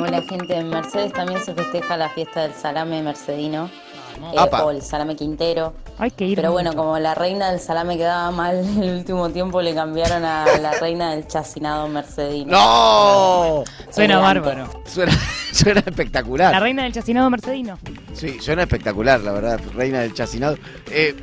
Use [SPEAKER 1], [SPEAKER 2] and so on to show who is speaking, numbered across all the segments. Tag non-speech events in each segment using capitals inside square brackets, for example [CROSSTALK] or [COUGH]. [SPEAKER 1] Hola gente, en Mercedes también se festeja la fiesta del salame mercedino eh,
[SPEAKER 2] Apa.
[SPEAKER 1] o el salame quintero.
[SPEAKER 3] Hay que ir.
[SPEAKER 1] Pero bueno,
[SPEAKER 3] mucho.
[SPEAKER 1] como la reina del salame quedaba mal [LAUGHS] el último tiempo, le cambiaron a la reina del chacinado mercedino.
[SPEAKER 2] ¡No!
[SPEAKER 3] Suena
[SPEAKER 1] elegante.
[SPEAKER 3] bárbaro.
[SPEAKER 2] Suena, [LAUGHS] suena
[SPEAKER 3] La
[SPEAKER 2] espectacular.
[SPEAKER 3] reina del chacinado mercedino.
[SPEAKER 2] Sí, suena espectacular, la verdad, reina del chacinado. Eh,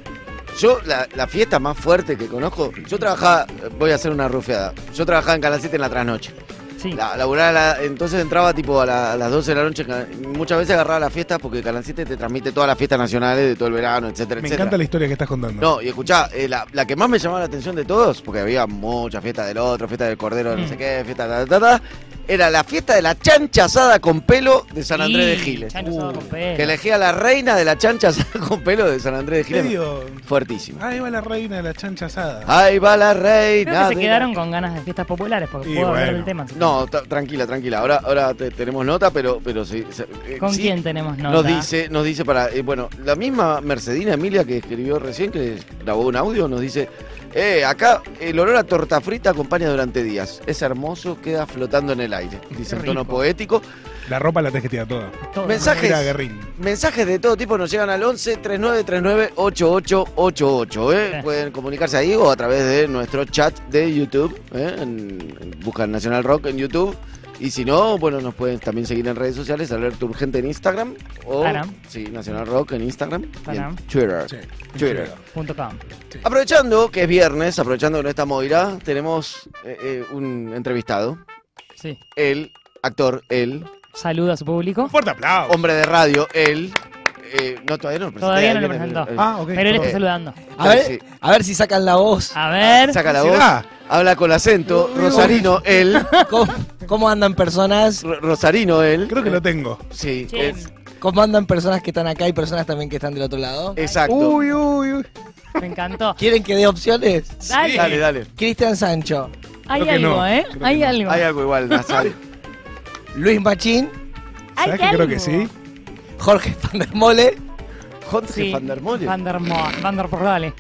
[SPEAKER 2] yo, la, la fiesta más fuerte que conozco, yo trabajaba, voy a hacer una rufeada, yo trabajaba en Calacete en la trasnoche.
[SPEAKER 3] Sí.
[SPEAKER 2] La, laburaba a la- entonces entraba tipo a, la- a las 12 de la noche, ca- muchas veces agarraba las fiestas porque Canal 7 te transmite todas las fiestas nacionales de todo el verano, etcétera,
[SPEAKER 4] Me
[SPEAKER 2] etcétera.
[SPEAKER 4] encanta la historia que estás contando.
[SPEAKER 2] No, y escuchá, eh, la, la que más me llamaba la atención de todos, porque había muchas fiestas del otro, fiesta del cordero, de no
[SPEAKER 3] Mm.
[SPEAKER 2] sé qué, fiesta ta, ta, ta, ta, era la fiesta de la chancha asada con pelo de San Andrés de
[SPEAKER 3] Sí,
[SPEAKER 2] Giles.
[SPEAKER 3] chancho asado
[SPEAKER 4] Uh.
[SPEAKER 3] con pelo.
[SPEAKER 2] Que elegía la reina de la chancha asada con pelo de San Andrés de
[SPEAKER 4] ¿Qué
[SPEAKER 2] Giles.
[SPEAKER 4] digo?
[SPEAKER 2] Fuertísimo.
[SPEAKER 4] Ahí va la reina de la chancha asada.
[SPEAKER 2] Ahí va la
[SPEAKER 3] Creo
[SPEAKER 2] reina.
[SPEAKER 3] que se
[SPEAKER 2] de la-
[SPEAKER 3] quedaron con ganas de fiestas populares porque
[SPEAKER 4] Y
[SPEAKER 3] puedo hablar
[SPEAKER 4] bueno.
[SPEAKER 3] del tema. si
[SPEAKER 2] No, ta- tranquila, tranquila. Ahora, ahora te- tenemos nota, pero, pero sí. se- eh,
[SPEAKER 3] querés. ¿Con
[SPEAKER 2] sí,
[SPEAKER 3] quién tenemos nota?
[SPEAKER 2] Nos dice, nos dice para, eh, bueno, la misma Mercedina Emilia que escribió recién, que grabó un audio, nos dice, eh, acá el olor a torta frita acompaña durante días. Es hermoso, queda flotando en el aire. Dice en tono
[SPEAKER 3] rico.
[SPEAKER 2] poético.
[SPEAKER 4] La ropa la tenés que tirar toda.
[SPEAKER 3] Todo.
[SPEAKER 2] Mensajes.
[SPEAKER 4] Mira, Guerrín.
[SPEAKER 2] Mensajes de todo tipo nos llegan al 11 3939 8888. ¿eh?
[SPEAKER 3] Sí.
[SPEAKER 2] Pueden comunicarse ahí o a través de nuestro chat de YouTube. ¿eh? En- en- buscan Nacional Rock en YouTube. Y si no, bueno, nos pueden también seguir en redes sociales, Alerta Urgente en Instagram. O,
[SPEAKER 3] Aram.
[SPEAKER 2] Sí, Nacional Rock en Instagram. Y en
[SPEAKER 3] Aram.
[SPEAKER 2] Twitter.
[SPEAKER 4] Sí.
[SPEAKER 2] Twitter.
[SPEAKER 3] Punto com.
[SPEAKER 2] Aprovechando que es viernes, aprovechando que no está Moira, tenemos eh, eh, un entrevistado.
[SPEAKER 3] Sí.
[SPEAKER 2] El actor, el
[SPEAKER 3] Saluda a su público.
[SPEAKER 4] Un fuerte aplauso.
[SPEAKER 2] hombre de radio, el... eh, no, todavía no lo presenté.
[SPEAKER 3] Todavía no lo
[SPEAKER 2] Ahí viene el-
[SPEAKER 3] presentó.
[SPEAKER 2] el-
[SPEAKER 4] Ah, ok.
[SPEAKER 3] Pero él está
[SPEAKER 2] Eh,
[SPEAKER 3] saludando.
[SPEAKER 5] A
[SPEAKER 2] Sí.
[SPEAKER 5] ver, a ver si sacan la voz.
[SPEAKER 3] A ver.
[SPEAKER 2] Saca la voz,
[SPEAKER 4] ¿Será?
[SPEAKER 2] habla con acento, Rosarino él,
[SPEAKER 5] ¿Cómo, cómo andan personas?
[SPEAKER 2] Ro- Rosarino él.
[SPEAKER 4] Creo que lo tengo.
[SPEAKER 2] Sí,
[SPEAKER 3] Che,
[SPEAKER 2] es-
[SPEAKER 5] ¿Cómo andan personas que están acá y personas también que están del otro lado?
[SPEAKER 2] exacto.
[SPEAKER 4] Uy, uy, uy.
[SPEAKER 3] me encantó.
[SPEAKER 5] ¿Quieren que dé opciones?
[SPEAKER 3] Dale.
[SPEAKER 2] Dale, dale.
[SPEAKER 5] Cristian Sancho,
[SPEAKER 3] Hay
[SPEAKER 4] Creo que
[SPEAKER 3] algo,
[SPEAKER 4] no.
[SPEAKER 3] ¿eh?
[SPEAKER 4] Creo que
[SPEAKER 3] Hay
[SPEAKER 4] no.
[SPEAKER 3] algo.
[SPEAKER 2] Hay algo igual, Nazario.
[SPEAKER 5] Luis Machín,
[SPEAKER 3] Hay
[SPEAKER 4] ¿Sabes que creo que
[SPEAKER 3] algo.
[SPEAKER 4] sí?
[SPEAKER 5] Jorge Van der Mole,
[SPEAKER 2] Jorge
[SPEAKER 3] Sí.
[SPEAKER 2] Van der Molle.
[SPEAKER 3] Van der Mo- Van der Porrale.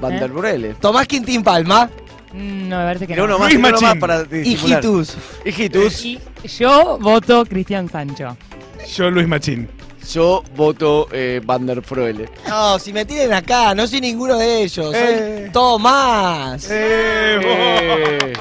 [SPEAKER 2] Van der Borele.
[SPEAKER 5] Tomás Quintín Palma
[SPEAKER 3] Mm, No, me parece que
[SPEAKER 2] Tira
[SPEAKER 3] no.
[SPEAKER 2] uno más,
[SPEAKER 4] Luis
[SPEAKER 2] tira uno más
[SPEAKER 4] Machín.
[SPEAKER 2] para
[SPEAKER 5] y
[SPEAKER 2] disimular.
[SPEAKER 5] Hitus.
[SPEAKER 2] Hijitus.
[SPEAKER 3] Y yo voto Cristian Sancho.
[SPEAKER 4] Yo, Luis Machín.
[SPEAKER 2] Yo voto eh, Van der
[SPEAKER 4] [LAUGHS]
[SPEAKER 2] Froele.
[SPEAKER 5] No, si me tienen acá, no soy ninguno de ellos. Soy
[SPEAKER 4] Eh.
[SPEAKER 5] Tomás.
[SPEAKER 4] ¡Eh!
[SPEAKER 2] Eh,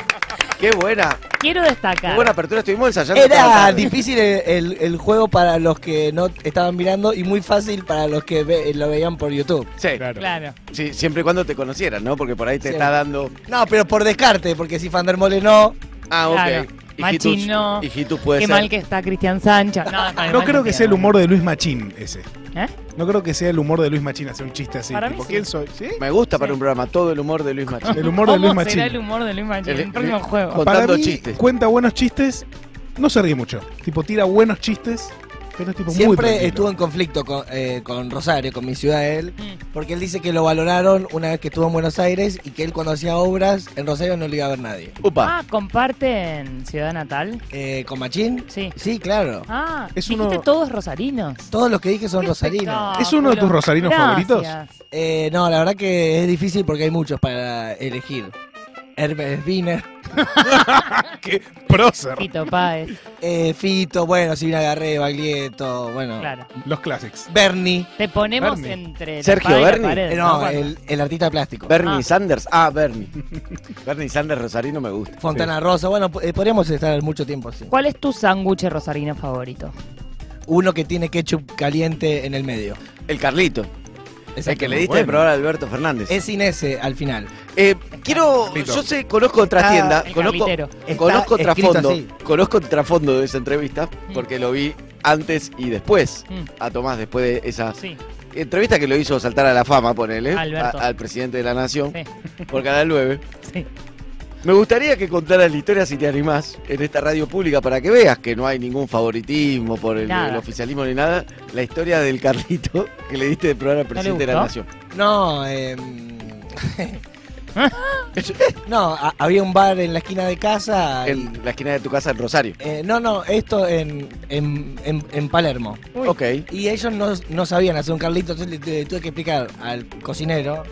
[SPEAKER 2] qué buena,
[SPEAKER 3] Quiero
[SPEAKER 2] qué
[SPEAKER 3] destacar.
[SPEAKER 2] buena apertura. Estuvimos ensayando. toda la
[SPEAKER 5] Era
[SPEAKER 2] tarde.
[SPEAKER 5] difícil el, el- el juego para los que no estaban mirando y muy fácil para los que ve- lo veían por YouTube.
[SPEAKER 2] Sí,
[SPEAKER 4] oh. Claro.
[SPEAKER 3] Claro.
[SPEAKER 2] sí, siempre y cuando te conocieran, ¿no? Porque por ahí te
[SPEAKER 5] Sí.
[SPEAKER 2] está dando.
[SPEAKER 5] No, pero por descarte, porque si Van der Mole no,
[SPEAKER 2] Ah, ok.
[SPEAKER 3] Claro. Machín
[SPEAKER 2] Hijitus-
[SPEAKER 3] no.
[SPEAKER 2] Hijitus puede
[SPEAKER 3] Qué
[SPEAKER 2] ser.
[SPEAKER 3] mal que está Cristian Sancho. No, no,
[SPEAKER 4] No creo que sea el
[SPEAKER 3] humor.
[SPEAKER 4] humor de Luis Machín ese.
[SPEAKER 3] ¿Eh?
[SPEAKER 4] No creo que sea el humor de Luis Machín hacer un chiste así.
[SPEAKER 3] Para mí
[SPEAKER 4] tipo,
[SPEAKER 3] sí.
[SPEAKER 4] ¿quién soy? ¿Sí?
[SPEAKER 2] Me gusta para un programa todo el humor de Luis Machín.
[SPEAKER 4] El humor de Luis
[SPEAKER 3] ¿Cómo será el
[SPEAKER 4] Machín.
[SPEAKER 3] humor de Luis Machín?
[SPEAKER 2] El-
[SPEAKER 3] El, próximo
[SPEAKER 2] el-
[SPEAKER 3] juego.
[SPEAKER 2] Contando
[SPEAKER 4] Para mí,
[SPEAKER 2] chistes.
[SPEAKER 4] cuenta buenos chistes, no se ríe mucho. Tipo, tira buenos chistes, pero es tipo muy
[SPEAKER 5] Siempre
[SPEAKER 4] tranquilo.
[SPEAKER 5] estuvo en conflicto con, eh, con Rosario, con mi ciudad él,
[SPEAKER 3] Mm.
[SPEAKER 5] porque él dice que lo valoraron una vez que estuvo en Buenos Aires y que él cuando hacía obras en Rosario no le iba a ver nadie.
[SPEAKER 2] Upa.
[SPEAKER 3] Ah, ¿comparten Ciudad Natal?
[SPEAKER 5] Eh, ¿Con Machín?
[SPEAKER 3] Sí.
[SPEAKER 5] Sí, claro.
[SPEAKER 3] Ah,
[SPEAKER 4] Es
[SPEAKER 3] dijiste
[SPEAKER 4] uno-
[SPEAKER 3] todos rosarinos.
[SPEAKER 5] Todos los que dije son rosarinos.
[SPEAKER 4] ¿Es uno de tus rosarinos
[SPEAKER 3] favoritos?
[SPEAKER 5] Eh, no, la verdad que es difícil porque hay muchos para elegir. Hermes Wiener,
[SPEAKER 4] [LAUGHS] ¡Qué prócer!
[SPEAKER 3] Tito Páez,
[SPEAKER 5] eh, Fito, bueno, Silvina Garré, Baglietto, bueno.
[SPEAKER 3] claro.
[SPEAKER 4] Los clásicos.
[SPEAKER 5] Bernie.
[SPEAKER 3] Te ponemos
[SPEAKER 4] Bernie.
[SPEAKER 3] entre la
[SPEAKER 2] Sergio
[SPEAKER 3] espada y la
[SPEAKER 2] Berni.
[SPEAKER 3] pared,
[SPEAKER 5] Eh, no,
[SPEAKER 3] Bueno,
[SPEAKER 5] el, el artista plástico.
[SPEAKER 2] Bernie
[SPEAKER 3] Ah.
[SPEAKER 2] Sanders. Ah, Bernie. Bernie Sanders Rosarino me gusta.
[SPEAKER 5] Fontana Rosa, bueno, po- eh, podríamos estar mucho tiempo así.
[SPEAKER 3] ¿Cuál es tu sándwich rosarino favorito?
[SPEAKER 5] Uno que tiene ketchup caliente en el medio.
[SPEAKER 2] El Carlito. El que le diste de
[SPEAKER 4] bueno.
[SPEAKER 2] probar a Alberto Fernández.
[SPEAKER 5] Es sin ese al final.
[SPEAKER 2] Eh, quiero.
[SPEAKER 4] Carlito.
[SPEAKER 2] Yo sé, conozco trastienda.
[SPEAKER 3] el
[SPEAKER 2] Conozco,
[SPEAKER 3] carlitero.
[SPEAKER 5] Está
[SPEAKER 2] conozco
[SPEAKER 5] escrito
[SPEAKER 2] trasfondo.
[SPEAKER 5] así.
[SPEAKER 2] Conozco el trasfondo de esa entrevista
[SPEAKER 3] Mm.
[SPEAKER 2] porque lo vi antes y después.
[SPEAKER 3] Mm,
[SPEAKER 2] A Tomás, después de esa
[SPEAKER 3] sí,
[SPEAKER 2] entrevista que lo hizo saltar a la fama, ponele, a-
[SPEAKER 3] Alberto.
[SPEAKER 2] al presidente de la Nación,
[SPEAKER 3] sí,
[SPEAKER 2] por Canal 9.
[SPEAKER 3] [LAUGHS] sí.
[SPEAKER 2] Me gustaría que contaras la historia, si te animás, en esta radio pública para que veas que no hay ningún favoritismo por el,
[SPEAKER 3] Nada.
[SPEAKER 2] el oficialismo ni nada. La historia del Carlito [LAUGHS] que le diste de probar al presidente de la
[SPEAKER 3] gustó?
[SPEAKER 2] Nación.
[SPEAKER 5] No, eh, no, ha- había un bar en la esquina de casa. y-
[SPEAKER 2] En la esquina de tu casa, en Rosario.
[SPEAKER 5] eh, no, no, esto en, en, en- en Palermo.
[SPEAKER 3] Uy.
[SPEAKER 2] Ok.
[SPEAKER 5] Y ellos no, no sabían hacer un Carlito, entonces le, le tuve que explicar al cocinero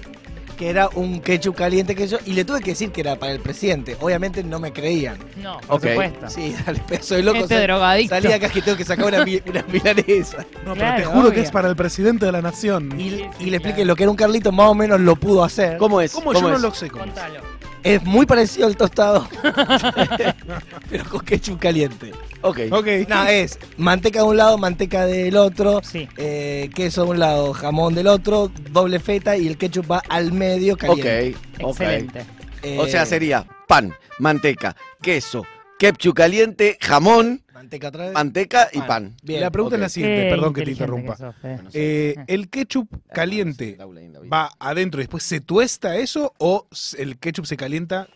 [SPEAKER 5] que era un ketchup caliente que yo, y le tuve que decir que era para el presidente. Obviamente no me creían.
[SPEAKER 3] No, por
[SPEAKER 2] Ok.
[SPEAKER 3] supuesto.
[SPEAKER 5] Sí, [LAUGHS] dale, pero soy loco.
[SPEAKER 3] Gente
[SPEAKER 5] sal-
[SPEAKER 3] drogadicto.
[SPEAKER 5] salí acá que tengo que sacar una, mi- una milanesa.
[SPEAKER 4] No, pero
[SPEAKER 3] Claro,
[SPEAKER 4] te juro que
[SPEAKER 3] obvio.
[SPEAKER 4] es para el presidente de la nación.
[SPEAKER 5] Y,
[SPEAKER 3] Sí, sí,
[SPEAKER 5] y le expliqué
[SPEAKER 3] claro.
[SPEAKER 5] lo que era un Carlito, más o menos lo pudo hacer.
[SPEAKER 2] ¿Cómo es?
[SPEAKER 4] ¿Cómo, yo no
[SPEAKER 2] es?
[SPEAKER 4] lo sé? cómo es?
[SPEAKER 3] Contalo.
[SPEAKER 5] Es muy parecido al tostado, [LAUGHS] pero con ketchup caliente.
[SPEAKER 2] Ok.
[SPEAKER 4] Ok.
[SPEAKER 5] No, es manteca de un lado, manteca del otro,
[SPEAKER 3] Sí.
[SPEAKER 5] eh, queso de un lado, jamón del otro, doble feta y el ketchup va al medio
[SPEAKER 2] Ok.
[SPEAKER 5] caliente.
[SPEAKER 2] ok.
[SPEAKER 3] Excelente.
[SPEAKER 5] Eh,
[SPEAKER 2] O sea, sería pan, manteca, queso, ketchup caliente, jamón,
[SPEAKER 5] Manteca
[SPEAKER 4] Eh,
[SPEAKER 5] otra vez.
[SPEAKER 2] manteca y
[SPEAKER 5] Pan.
[SPEAKER 2] pan.
[SPEAKER 5] Bien.
[SPEAKER 4] la pregunta
[SPEAKER 2] ok.
[SPEAKER 4] es la siguiente,
[SPEAKER 3] Qué
[SPEAKER 4] perdón que te
[SPEAKER 3] inteligente
[SPEAKER 4] interrumpa.
[SPEAKER 3] que sos, Fede. [LAUGHS]
[SPEAKER 2] Bueno,
[SPEAKER 4] Eh, ¿El ketchup
[SPEAKER 3] Ah,
[SPEAKER 4] caliente va adentro y después se tuesta eso o s- el ketchup se calienta?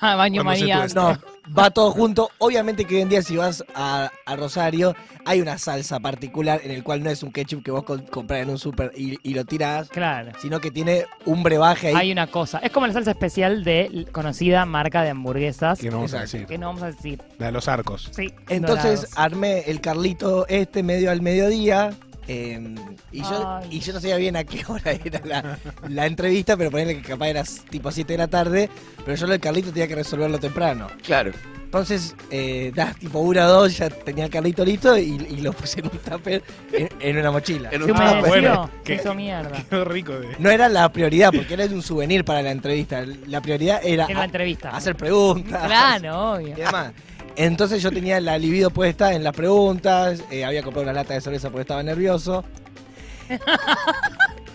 [SPEAKER 3] Ah, baño
[SPEAKER 4] Cuando se
[SPEAKER 3] María.
[SPEAKER 4] tuesta.
[SPEAKER 5] No, va todo junto. Obviamente que hoy en día si vas a, a Rosario hay una salsa particular en el cual no es un ketchup que vos com- compras en un super y, y lo tirás,
[SPEAKER 3] Claro.
[SPEAKER 5] sino que tiene un brebaje ahí.
[SPEAKER 3] Hay una cosa. Es como la salsa especial de l- conocida marca de hamburguesas.
[SPEAKER 4] Que no vamos a
[SPEAKER 5] Exacto.
[SPEAKER 4] decir.
[SPEAKER 3] Que no vamos a decir.
[SPEAKER 4] La de los arcos. [LAUGHS]
[SPEAKER 3] Sí.
[SPEAKER 5] Entonces ah,
[SPEAKER 3] dorados.
[SPEAKER 5] armé el Carlito este medio al mediodía. eh, y, yo,
[SPEAKER 3] Ay.
[SPEAKER 5] y yo no sabía bien a qué [LAUGHS] hora era la, la entrevista, pero ponerle que capaz era s- tipo 7 de la tarde. Pero yo lo del Carlito tenía que resolverlo temprano.
[SPEAKER 2] Claro.
[SPEAKER 5] Entonces, eh, da, tipo 1 o 2, ya tenía el Carlito listo y, y lo puse en un tupper en, en una mochila.
[SPEAKER 2] En
[SPEAKER 3] Se
[SPEAKER 2] un-
[SPEAKER 4] Ah,
[SPEAKER 3] humedeció,
[SPEAKER 4] bueno,
[SPEAKER 3] se
[SPEAKER 4] que-
[SPEAKER 3] hizo mierda.
[SPEAKER 4] Qué rico de.
[SPEAKER 5] No era la prioridad, porque era un souvenir para la entrevista. La prioridad era
[SPEAKER 3] En la
[SPEAKER 5] a-
[SPEAKER 3] entrevista.
[SPEAKER 5] hacer preguntas.
[SPEAKER 3] Claro,
[SPEAKER 5] y
[SPEAKER 3] obvio.
[SPEAKER 5] demás. Entonces yo tenía la libido puesta en las preguntas, eh, había comprado una lata de cerveza porque estaba nervioso.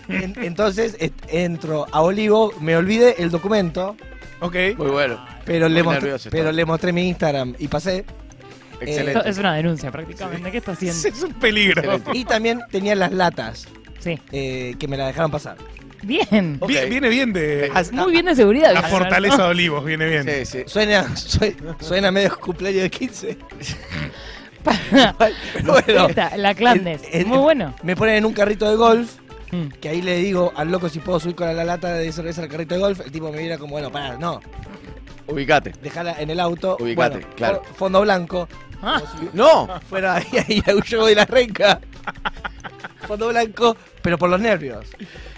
[SPEAKER 5] En- entonces est- entro a Olivo, me olvidé el documento,
[SPEAKER 4] Ok.
[SPEAKER 2] Muy bueno.
[SPEAKER 3] Ah,
[SPEAKER 5] pero, le
[SPEAKER 2] Muy
[SPEAKER 5] mostré,
[SPEAKER 2] nervioso estaba.
[SPEAKER 5] pero le mostré mi Instagram y pasé.
[SPEAKER 3] eh, Esto
[SPEAKER 2] Excelente.
[SPEAKER 3] es una denuncia prácticamente. ¿Qué está haciendo?
[SPEAKER 4] Ese [LAUGHS] Es un peligro.
[SPEAKER 2] Excelente.
[SPEAKER 5] Y también tenía las latas
[SPEAKER 3] Sí.
[SPEAKER 5] eh, que me la dejaron pasar.
[SPEAKER 3] Bien.
[SPEAKER 2] Ok.
[SPEAKER 4] Vi- Viene bien de.
[SPEAKER 5] As-
[SPEAKER 3] Muy bien de seguridad.
[SPEAKER 4] La
[SPEAKER 3] Alberto. [LAUGHS]
[SPEAKER 4] fortaleza de Olivos, viene bien.
[SPEAKER 2] Sí, sí.
[SPEAKER 5] Suena, sue- suena medio cumpleaños de 15. Pero bueno,
[SPEAKER 3] Esta, la Clandes.
[SPEAKER 5] El- el-
[SPEAKER 3] Muy bueno.
[SPEAKER 5] me ponen en un carrito de golf
[SPEAKER 3] Mm.
[SPEAKER 5] Que ahí le digo al loco si puedo subir con la lata de cerveza al carrito de golf. El tipo me mira como, bueno, pará, no,
[SPEAKER 2] Ubicate.
[SPEAKER 5] dejala en el auto.
[SPEAKER 2] Ubicate,
[SPEAKER 5] Bueno,
[SPEAKER 2] claro.
[SPEAKER 5] fo- Fondo blanco.
[SPEAKER 3] Ah,
[SPEAKER 2] Pues, No.
[SPEAKER 5] Fuera ahí, [LAUGHS] ahí, ahí yo voy de la renca. Fondo blanco, pero por los nervios.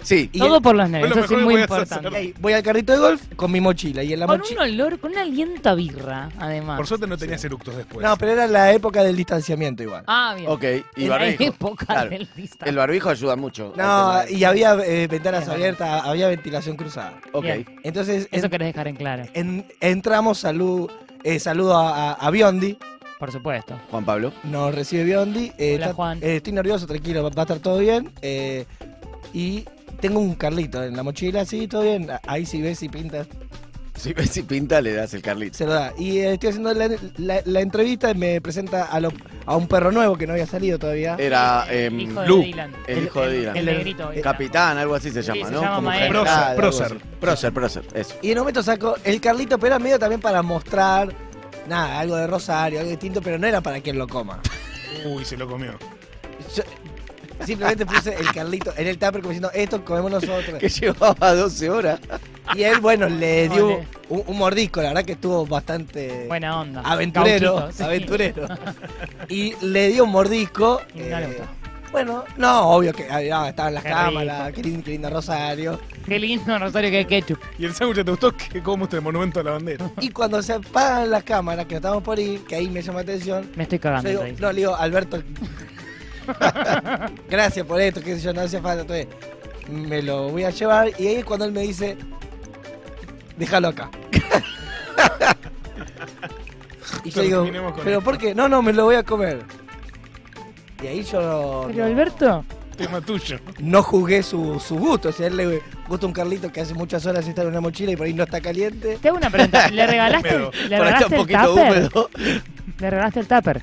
[SPEAKER 2] Sí.
[SPEAKER 5] Y,
[SPEAKER 3] todo
[SPEAKER 5] [LAUGHS] el-
[SPEAKER 3] por los nervios.
[SPEAKER 4] Fue lo
[SPEAKER 3] Eso
[SPEAKER 4] mejor
[SPEAKER 3] es
[SPEAKER 4] que
[SPEAKER 3] muy
[SPEAKER 4] podías hacer.
[SPEAKER 3] importante.
[SPEAKER 5] y ahí voy al carrito de golf con mi mochila. Y en la
[SPEAKER 3] Con un
[SPEAKER 5] mochila.
[SPEAKER 3] olor, con un aliento a birra, además.
[SPEAKER 4] Por suerte no tenías eructos después.
[SPEAKER 5] No, pero era la época del distanciamiento igual.
[SPEAKER 3] Ah, bien.
[SPEAKER 2] Ok. Y
[SPEAKER 3] en la
[SPEAKER 2] barbijo.
[SPEAKER 3] época
[SPEAKER 2] Claro.
[SPEAKER 3] del distante.
[SPEAKER 2] El barbijo ayuda mucho.
[SPEAKER 5] No, y había eh, ventanas
[SPEAKER 3] Bien.
[SPEAKER 5] abiertas, había ventilación cruzada.
[SPEAKER 2] Ok.
[SPEAKER 3] Bien.
[SPEAKER 5] Entonces,
[SPEAKER 3] Eso
[SPEAKER 5] en-
[SPEAKER 3] querés dejar en claro,
[SPEAKER 5] en- entramos, salud, eh, saludo a, a- a Biondi.
[SPEAKER 3] por supuesto.
[SPEAKER 2] Juan Pablo.
[SPEAKER 5] Nos recibe Biondi. eh,
[SPEAKER 3] Hola,
[SPEAKER 5] está-
[SPEAKER 3] Juan.
[SPEAKER 5] eh, estoy nervioso, tranquilo, va, va a estar todo bien. eh, y tengo un Carlito en la mochila, sí, todo bien. a- Ahí si ves y pintas,
[SPEAKER 2] Si ves si pinta, le das el Carlitos.
[SPEAKER 5] se lo da. Y eh, estoy haciendo la, la- la entrevista y me presenta a, lo- a un perro nuevo que no había salido todavía.
[SPEAKER 2] Era eh,
[SPEAKER 3] Ah, el hijo
[SPEAKER 2] Blue.
[SPEAKER 3] de Dylan.
[SPEAKER 2] el hijo de Dylan.
[SPEAKER 3] El, negrito. Dylan.
[SPEAKER 2] Capitán, algo así se
[SPEAKER 3] Sí,
[SPEAKER 2] llama,
[SPEAKER 3] se
[SPEAKER 2] ¿no?
[SPEAKER 3] llama
[SPEAKER 2] Como
[SPEAKER 3] Maestro.
[SPEAKER 2] general,
[SPEAKER 5] Procer,
[SPEAKER 2] algo
[SPEAKER 4] Procer.
[SPEAKER 2] así. Prócer, prócer, eso.
[SPEAKER 5] Y en un momento saco el Carlito, pero era medio también para mostrar, nada, algo de Rosario, algo distinto, pero no era para quien lo coma.
[SPEAKER 4] Uy, se lo comió.
[SPEAKER 5] Yo simplemente puse el Carlito en el tupper como diciendo, esto comemos
[SPEAKER 2] [LAUGHS]
[SPEAKER 5] nosotros.
[SPEAKER 2] Que llevaba 12 horas.
[SPEAKER 5] Y él, bueno, le dio
[SPEAKER 3] Ole.
[SPEAKER 5] un, un mordisco, la verdad que estuvo bastante...
[SPEAKER 3] Buena onda.
[SPEAKER 5] Aventurero, [LAUGHS]
[SPEAKER 3] Gauchito, sí.
[SPEAKER 5] aventurero. Y le dio un mordisco.
[SPEAKER 3] Y no le
[SPEAKER 5] eh,
[SPEAKER 3] gustó.
[SPEAKER 5] bueno, no, obvio que ah, no, estaban las
[SPEAKER 3] Qué
[SPEAKER 5] cámaras, qué lindo, qué lindo Rosario.
[SPEAKER 3] Qué lindo Rosario que hay ketchup.
[SPEAKER 4] ¿Y el sándwich te gustó? que como usted? Monumento a la bandera.
[SPEAKER 5] Y cuando se apagan las cámaras, que estábamos por ir, que ahí me llama la atención,
[SPEAKER 3] Me estoy
[SPEAKER 5] yo
[SPEAKER 3] cagando.
[SPEAKER 5] digo,
[SPEAKER 3] te dice.
[SPEAKER 5] no, le digo, Alberto, gracias por esto, qué sé yo, no hacía falta, entonces me lo voy a llevar. Y ahí es cuando él me dice,
[SPEAKER 4] [LAUGHS]
[SPEAKER 5] déjalo acá. y yo digo,
[SPEAKER 4] Terminemos con
[SPEAKER 5] pero
[SPEAKER 4] esto.
[SPEAKER 5] ¿por qué? No, no, me lo voy a comer. Y ahí yo no-
[SPEAKER 3] Pero
[SPEAKER 5] no-
[SPEAKER 3] Alberto,
[SPEAKER 4] Tema tuyo.
[SPEAKER 5] no juzgué su, su gusto. O sea, a él le gusta un Carlito que hace muchas horas está en una mochila y por ahí no está caliente.
[SPEAKER 3] te hago una
[SPEAKER 5] [LAUGHS]
[SPEAKER 3] pregunta. ¿Le regalaste,
[SPEAKER 4] Húmedo.
[SPEAKER 3] ¿le
[SPEAKER 2] Por ahí está
[SPEAKER 3] regalaste
[SPEAKER 2] un
[SPEAKER 3] el
[SPEAKER 2] poquito
[SPEAKER 3] tupper?
[SPEAKER 2] húmedo. [LAUGHS]
[SPEAKER 3] ¿Le regalaste el tupper?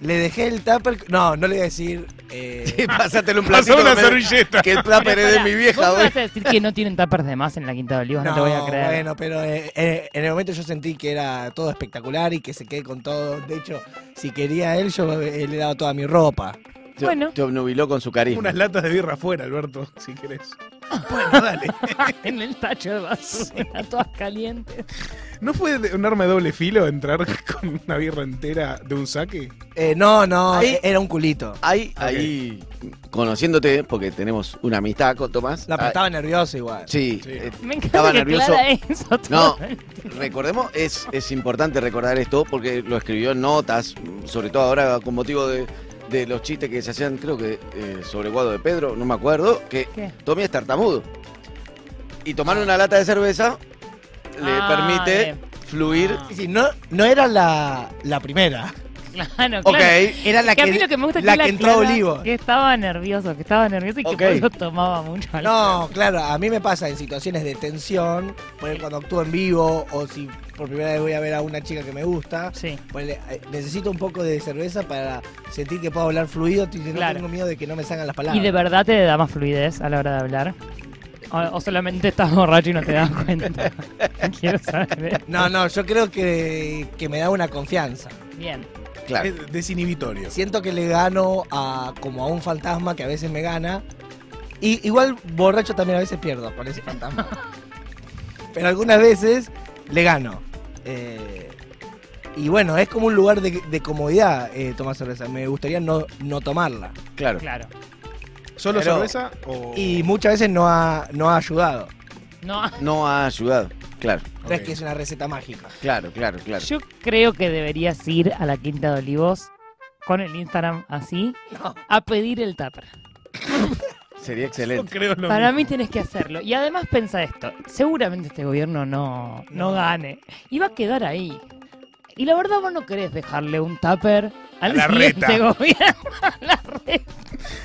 [SPEAKER 5] Le dejé el tupper. No, no le voy a decir. eh,
[SPEAKER 2] Sí, pásatele un
[SPEAKER 4] Pasó
[SPEAKER 2] platito.
[SPEAKER 4] una
[SPEAKER 2] que me-
[SPEAKER 4] servilleta.
[SPEAKER 2] Que el tupper es de mi vieja,
[SPEAKER 3] ¿Vos me
[SPEAKER 2] güey.
[SPEAKER 3] vas a decir que no tienen tuppers de más en la Quinta de Olivos? No, te voy a creer.
[SPEAKER 5] Bueno, pero eh, eh, en el momento yo sentí que era todo espectacular y que se quede con todo. De hecho, si quería él, yo eh, le he dado toda mi ropa.
[SPEAKER 2] Te,
[SPEAKER 3] Bueno.
[SPEAKER 2] te obnubiló con su carisma.
[SPEAKER 4] Unas latas de birra afuera, Alberto, si querés.
[SPEAKER 2] Ah.
[SPEAKER 4] Bueno, dale.
[SPEAKER 3] [LAUGHS]
[SPEAKER 4] [LAUGHS]
[SPEAKER 3] en el tacho de basura, todas calientes.
[SPEAKER 4] ¿No fue de- un arma de doble filo entrar con una birra entera de un saque?
[SPEAKER 5] Eh, no, no,
[SPEAKER 2] Ahí-
[SPEAKER 5] eh, era un culito.
[SPEAKER 2] Ahí, ahí, conociéndote, porque tenemos una amistad con Tomás.
[SPEAKER 5] La
[SPEAKER 2] ah,
[SPEAKER 5] pero estaba nervioso igual.
[SPEAKER 2] Sí,
[SPEAKER 4] Sí.
[SPEAKER 2] eh,
[SPEAKER 3] Me
[SPEAKER 2] Estaba
[SPEAKER 3] encanta que
[SPEAKER 2] nervioso.
[SPEAKER 3] Clara eso.
[SPEAKER 2] No.
[SPEAKER 3] todo el-
[SPEAKER 2] recordemos, es, es importante recordar esto porque lo escribió en notas, mm, sobre todo ahora con motivo de, de los chistes que se hacían, creo que eh, sobre Guado de Pedro, no me acuerdo, que
[SPEAKER 3] ¿Qué?
[SPEAKER 2] Tommy es tartamudo. Y tomar una lata de cerveza le
[SPEAKER 3] Ah,
[SPEAKER 2] permite
[SPEAKER 3] bien.
[SPEAKER 2] fluir.
[SPEAKER 3] Ah.
[SPEAKER 5] Sí, sí, no, no era la, la primera.
[SPEAKER 3] Claro, claro.
[SPEAKER 2] Ok,
[SPEAKER 5] Era la
[SPEAKER 3] Que
[SPEAKER 5] que,
[SPEAKER 3] a mí lo que me gusta es
[SPEAKER 5] la
[SPEAKER 3] que, la
[SPEAKER 5] que entró a
[SPEAKER 3] Clara,
[SPEAKER 5] Olivo.
[SPEAKER 3] Que estaba nervioso, que estaba nervioso y
[SPEAKER 2] Ok.
[SPEAKER 3] que por eso tomaba mucho alcohol.
[SPEAKER 5] No, claro, a mí me pasa en situaciones de tensión, por ejemplo, cuando actúo en vivo o si por primera vez voy a ver a una chica que me gusta,
[SPEAKER 3] Sí.
[SPEAKER 5] ponele, eh, necesito un poco de cerveza para sentir que puedo hablar fluido y no
[SPEAKER 3] Claro.
[SPEAKER 5] tengo miedo de que no me salgan las palabras.
[SPEAKER 3] ¿Y de verdad te da más fluidez a la hora de hablar? ¿O, o solamente estás borracho y no te das
[SPEAKER 4] [LAUGHS]
[SPEAKER 3] cuenta? Quiero saber.
[SPEAKER 5] No, no, yo creo que, que me da una confianza.
[SPEAKER 3] Bien.
[SPEAKER 2] Claro.
[SPEAKER 4] Es desinhibitorio.
[SPEAKER 5] Siento que le gano a como a un fantasma que a veces me gana. Y igual borracho también a veces pierdo con
[SPEAKER 3] [LAUGHS]
[SPEAKER 5] ese fantasma. Pero algunas veces le gano. Eh, y bueno, es como un lugar de, de comodidad eh, tomar cerveza. Me gustaría no, no tomarla.
[SPEAKER 2] Claro.
[SPEAKER 3] Claro.
[SPEAKER 4] ¿Solo
[SPEAKER 5] Pero-
[SPEAKER 4] cerveza o.?
[SPEAKER 5] Y muchas veces no ha, no ha ayudado.
[SPEAKER 3] No,
[SPEAKER 2] No ha ayudado. Claro,
[SPEAKER 5] No es
[SPEAKER 4] Ok.
[SPEAKER 5] que es una receta mágica.
[SPEAKER 2] claro, claro, claro.
[SPEAKER 3] yo creo que deberías ir a la Quinta de Olivos con el Instagram así a pedir el tupper.
[SPEAKER 2] Sería
[SPEAKER 4] No
[SPEAKER 2] excelente.
[SPEAKER 4] creo lo
[SPEAKER 3] Para
[SPEAKER 4] mismo.
[SPEAKER 3] mí tenés que hacerlo. Y además pensa esto, seguramente este gobierno no, no
[SPEAKER 5] No.
[SPEAKER 3] gane. Y va a quedar ahí. Y la verdad vos no querés dejarle un tupper
[SPEAKER 4] A
[SPEAKER 3] al
[SPEAKER 4] la
[SPEAKER 3] siguiente
[SPEAKER 4] reta.
[SPEAKER 3] gobierno. A la reta.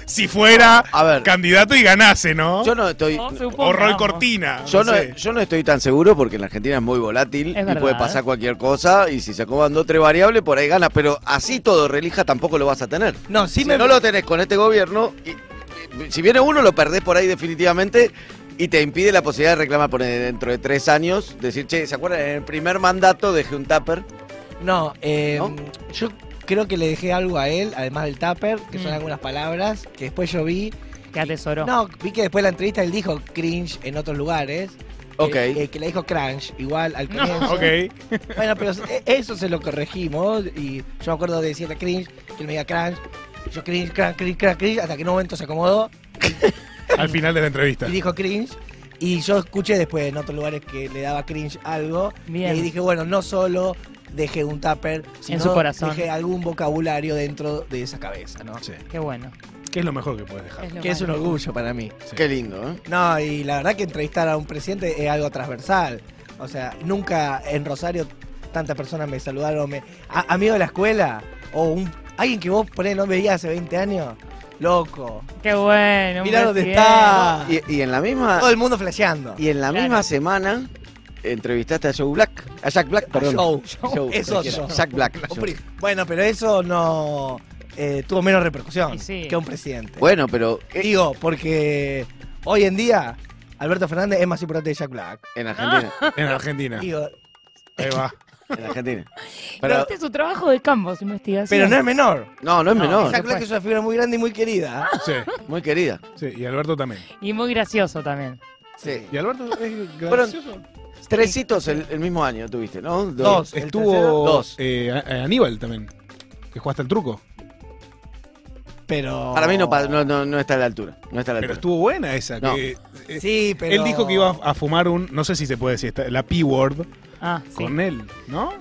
[SPEAKER 4] Si fuera
[SPEAKER 2] A ver,
[SPEAKER 4] candidato y ganase, ¿no?
[SPEAKER 2] yo no estoy.
[SPEAKER 3] No,
[SPEAKER 4] o Roy
[SPEAKER 3] [LAUGHS] supongamos.
[SPEAKER 4] Cortina.
[SPEAKER 2] Yo no,
[SPEAKER 4] sé.
[SPEAKER 2] yo no estoy tan seguro porque en la Argentina es muy volátil
[SPEAKER 3] Es
[SPEAKER 2] y
[SPEAKER 3] verdad. ¿eh?
[SPEAKER 2] puede pasar cualquier cosa y si se acomodan dos tres variables por ahí gana, pero así todo relija tampoco lo vas a tener.
[SPEAKER 5] No, sí
[SPEAKER 2] si
[SPEAKER 5] me.
[SPEAKER 2] no lo tenés con este gobierno, y- y- si viene uno lo perdés por ahí definitivamente y te impide la posibilidad de reclamar por dentro de tres años, decir, che, ¿se acuerdan? En el primer mandato dejé un tupper.
[SPEAKER 5] No, eh,
[SPEAKER 2] ¿No?
[SPEAKER 5] yo creo que le dejé algo a él, además del tupper, que son
[SPEAKER 3] Mm.
[SPEAKER 5] algunas palabras que después yo vi.
[SPEAKER 3] Que atesoró.
[SPEAKER 5] No, vi que después de la entrevista él dijo cringe en otros lugares.
[SPEAKER 2] Ok.
[SPEAKER 5] Eh, eh, que le dijo crunch, igual al comienzo.
[SPEAKER 4] Ok.
[SPEAKER 5] Bueno, pero e- eso se lo corregimos. Y yo me acuerdo de decirle cringe, que él me diga crunch. Yo cringe, crunch, cringe, crunch, cringe, hasta que en un momento se acomodó
[SPEAKER 4] Al final de la entrevista.
[SPEAKER 5] y dijo cringe. Y yo escuché después en otros lugares que le daba cringe algo.
[SPEAKER 3] Bien.
[SPEAKER 5] Y dije, bueno, no solo dejé un tupper, sino
[SPEAKER 3] su corazón.
[SPEAKER 5] dejé algún vocabulario dentro de esa cabeza, ¿no?
[SPEAKER 4] Sí.
[SPEAKER 3] Qué bueno.
[SPEAKER 4] ¿Qué es lo mejor que puedes dejar?
[SPEAKER 3] lo
[SPEAKER 5] Que es un
[SPEAKER 3] más lindo.
[SPEAKER 5] orgullo para mí.
[SPEAKER 4] Sí.
[SPEAKER 2] Qué lindo, ¿eh?
[SPEAKER 5] No, y la verdad que entrevistar a un presidente es algo transversal. O sea, nunca en Rosario tantas personas me saludaron, me, a- amigo de la escuela, o un, alguien que vos por ahí no veías hace 20 años. Loco.
[SPEAKER 3] Qué bueno. un
[SPEAKER 5] Mirá dónde
[SPEAKER 3] presidente.
[SPEAKER 5] está.
[SPEAKER 2] Y, ah. y en la misma,
[SPEAKER 5] Todo el mundo flasheando.
[SPEAKER 2] y en la
[SPEAKER 3] Claro.
[SPEAKER 2] misma semana entrevistaste a Joe Black, a Jack Black, perdón.
[SPEAKER 5] Show.
[SPEAKER 2] Joe,
[SPEAKER 5] Es otro.
[SPEAKER 2] cualquiera. Jack Black.
[SPEAKER 5] Un pri- Bueno, pero eso no eh, tuvo menos repercusión
[SPEAKER 3] Y sí.
[SPEAKER 5] que un presidente.
[SPEAKER 2] Bueno, pero eh,
[SPEAKER 5] Digo, porque hoy en día Alberto Fernández es más importante que Jack Black.
[SPEAKER 2] en Argentina,
[SPEAKER 4] En
[SPEAKER 2] Ah.
[SPEAKER 4] Argentina.
[SPEAKER 5] Digo,
[SPEAKER 4] Ahí va.
[SPEAKER 2] en Argentina.
[SPEAKER 3] Pero
[SPEAKER 2] Pero
[SPEAKER 3] este es su trabajo de campo, su investigación.
[SPEAKER 5] pero no es menor.
[SPEAKER 2] no, no es
[SPEAKER 3] No,
[SPEAKER 2] menor.
[SPEAKER 5] Jack Black
[SPEAKER 3] supuesto.
[SPEAKER 5] es una figura muy grande y muy querida.
[SPEAKER 3] Ah.
[SPEAKER 4] Sí,
[SPEAKER 2] Muy querida.
[SPEAKER 4] sí. Y Alberto también.
[SPEAKER 3] Y muy gracioso también.
[SPEAKER 2] Sí.
[SPEAKER 4] ¿Y Alberto es gracioso?
[SPEAKER 2] Tres hitos el, el mismo año tuviste, ¿no?
[SPEAKER 5] Dos. El tercero.
[SPEAKER 4] Estuvo
[SPEAKER 2] Dos.
[SPEAKER 4] eh, a- a Aníbal también. Que jugaste al truco.
[SPEAKER 5] Pero.
[SPEAKER 2] Para mí no, pa- no, no, no está a la altura. No está a la altura.
[SPEAKER 4] Pero estuvo buena esa.
[SPEAKER 2] No.
[SPEAKER 4] que, eh,
[SPEAKER 5] Sí, pero.
[SPEAKER 4] Él dijo que iba a fumar un, no sé si se puede decir, esta- la P-word
[SPEAKER 3] Ah, sí.
[SPEAKER 4] con él, ¿no?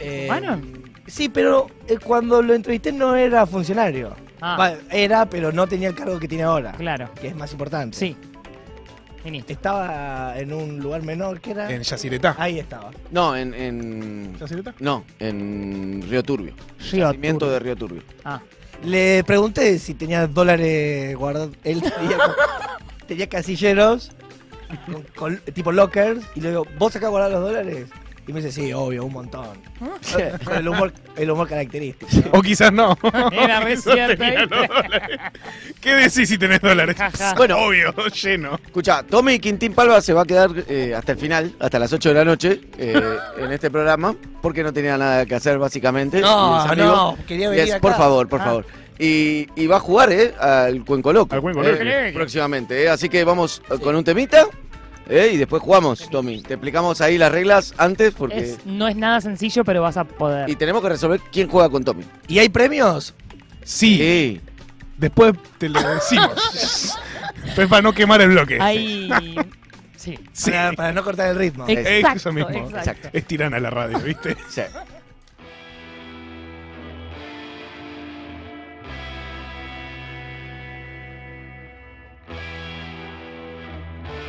[SPEAKER 5] Eh,
[SPEAKER 3] ¿Fumaron?
[SPEAKER 5] Sí, pero eh, cuando lo entrevisté no era funcionario.
[SPEAKER 3] Ah,
[SPEAKER 5] Va, Era, pero no tenía el cargo que tiene ahora,
[SPEAKER 3] claro.
[SPEAKER 5] que es más importante.
[SPEAKER 3] Sí. Ministro.
[SPEAKER 5] Estaba en un lugar menor que era.
[SPEAKER 4] En Yaciretá.
[SPEAKER 5] Ahí estaba.
[SPEAKER 2] No, en, en.
[SPEAKER 4] ¿Yaciretá?
[SPEAKER 2] No, en Río Turbio.
[SPEAKER 3] Río
[SPEAKER 2] Nacimiento
[SPEAKER 3] Turbio.
[SPEAKER 2] de Río Turbio.
[SPEAKER 3] Ah,
[SPEAKER 5] Le pregunté si tenía dólares guardados. Él tenía, [LAUGHS] co- tenía casilleros, con- con- tipo lockers, y le digo, ¿vos acá guardás los dólares? Y me dice, sí, obvio, un montón. [LAUGHS] Con el humor, el humor característico.
[SPEAKER 4] [LAUGHS]
[SPEAKER 5] ¿no?
[SPEAKER 4] O quizás [LAUGHS] no.
[SPEAKER 3] Era re
[SPEAKER 4] Quizás
[SPEAKER 3] cierto,
[SPEAKER 4] tenía
[SPEAKER 3] ¿viste?
[SPEAKER 4] los dólares. ¿Qué decís si tenés dólares?
[SPEAKER 3] Ja, ja.
[SPEAKER 4] bueno, obvio, lleno.
[SPEAKER 2] Escucha, Tommy Quintín Palva se va a quedar eh, hasta el final, hasta las 8 de la noche, eh, en este programa, porque no tenía nada que hacer, básicamente. Y es amigo.
[SPEAKER 5] quería venir
[SPEAKER 2] Les-
[SPEAKER 5] acá.
[SPEAKER 2] por favor, por
[SPEAKER 3] Ah.
[SPEAKER 2] favor. Y, y va a jugar, ¿eh? Al Cuenco Loco.
[SPEAKER 6] Al Cuenco Loco.
[SPEAKER 2] eh, próximamente, ¿eh? Así que vamos eh, con un temita. ¿eh? Y después jugamos, Tommy. Te explicamos ahí las reglas antes porque.
[SPEAKER 3] Es- no es nada sencillo, pero vas a poder.
[SPEAKER 2] Y tenemos que resolver quién juega con Tommy.
[SPEAKER 5] ¿Y hay premios?
[SPEAKER 4] Sí,
[SPEAKER 2] Sí.
[SPEAKER 4] después te lo [LAUGHS] decimos. Pero es para no quemar el bloque.
[SPEAKER 3] Hay. Sí.
[SPEAKER 4] Sí.
[SPEAKER 5] Para, para no cortar el ritmo.
[SPEAKER 4] Eso
[SPEAKER 3] Exacto,
[SPEAKER 4] mismo.
[SPEAKER 3] exacto.
[SPEAKER 4] Es tirana la radio, ¿viste?
[SPEAKER 2] sí.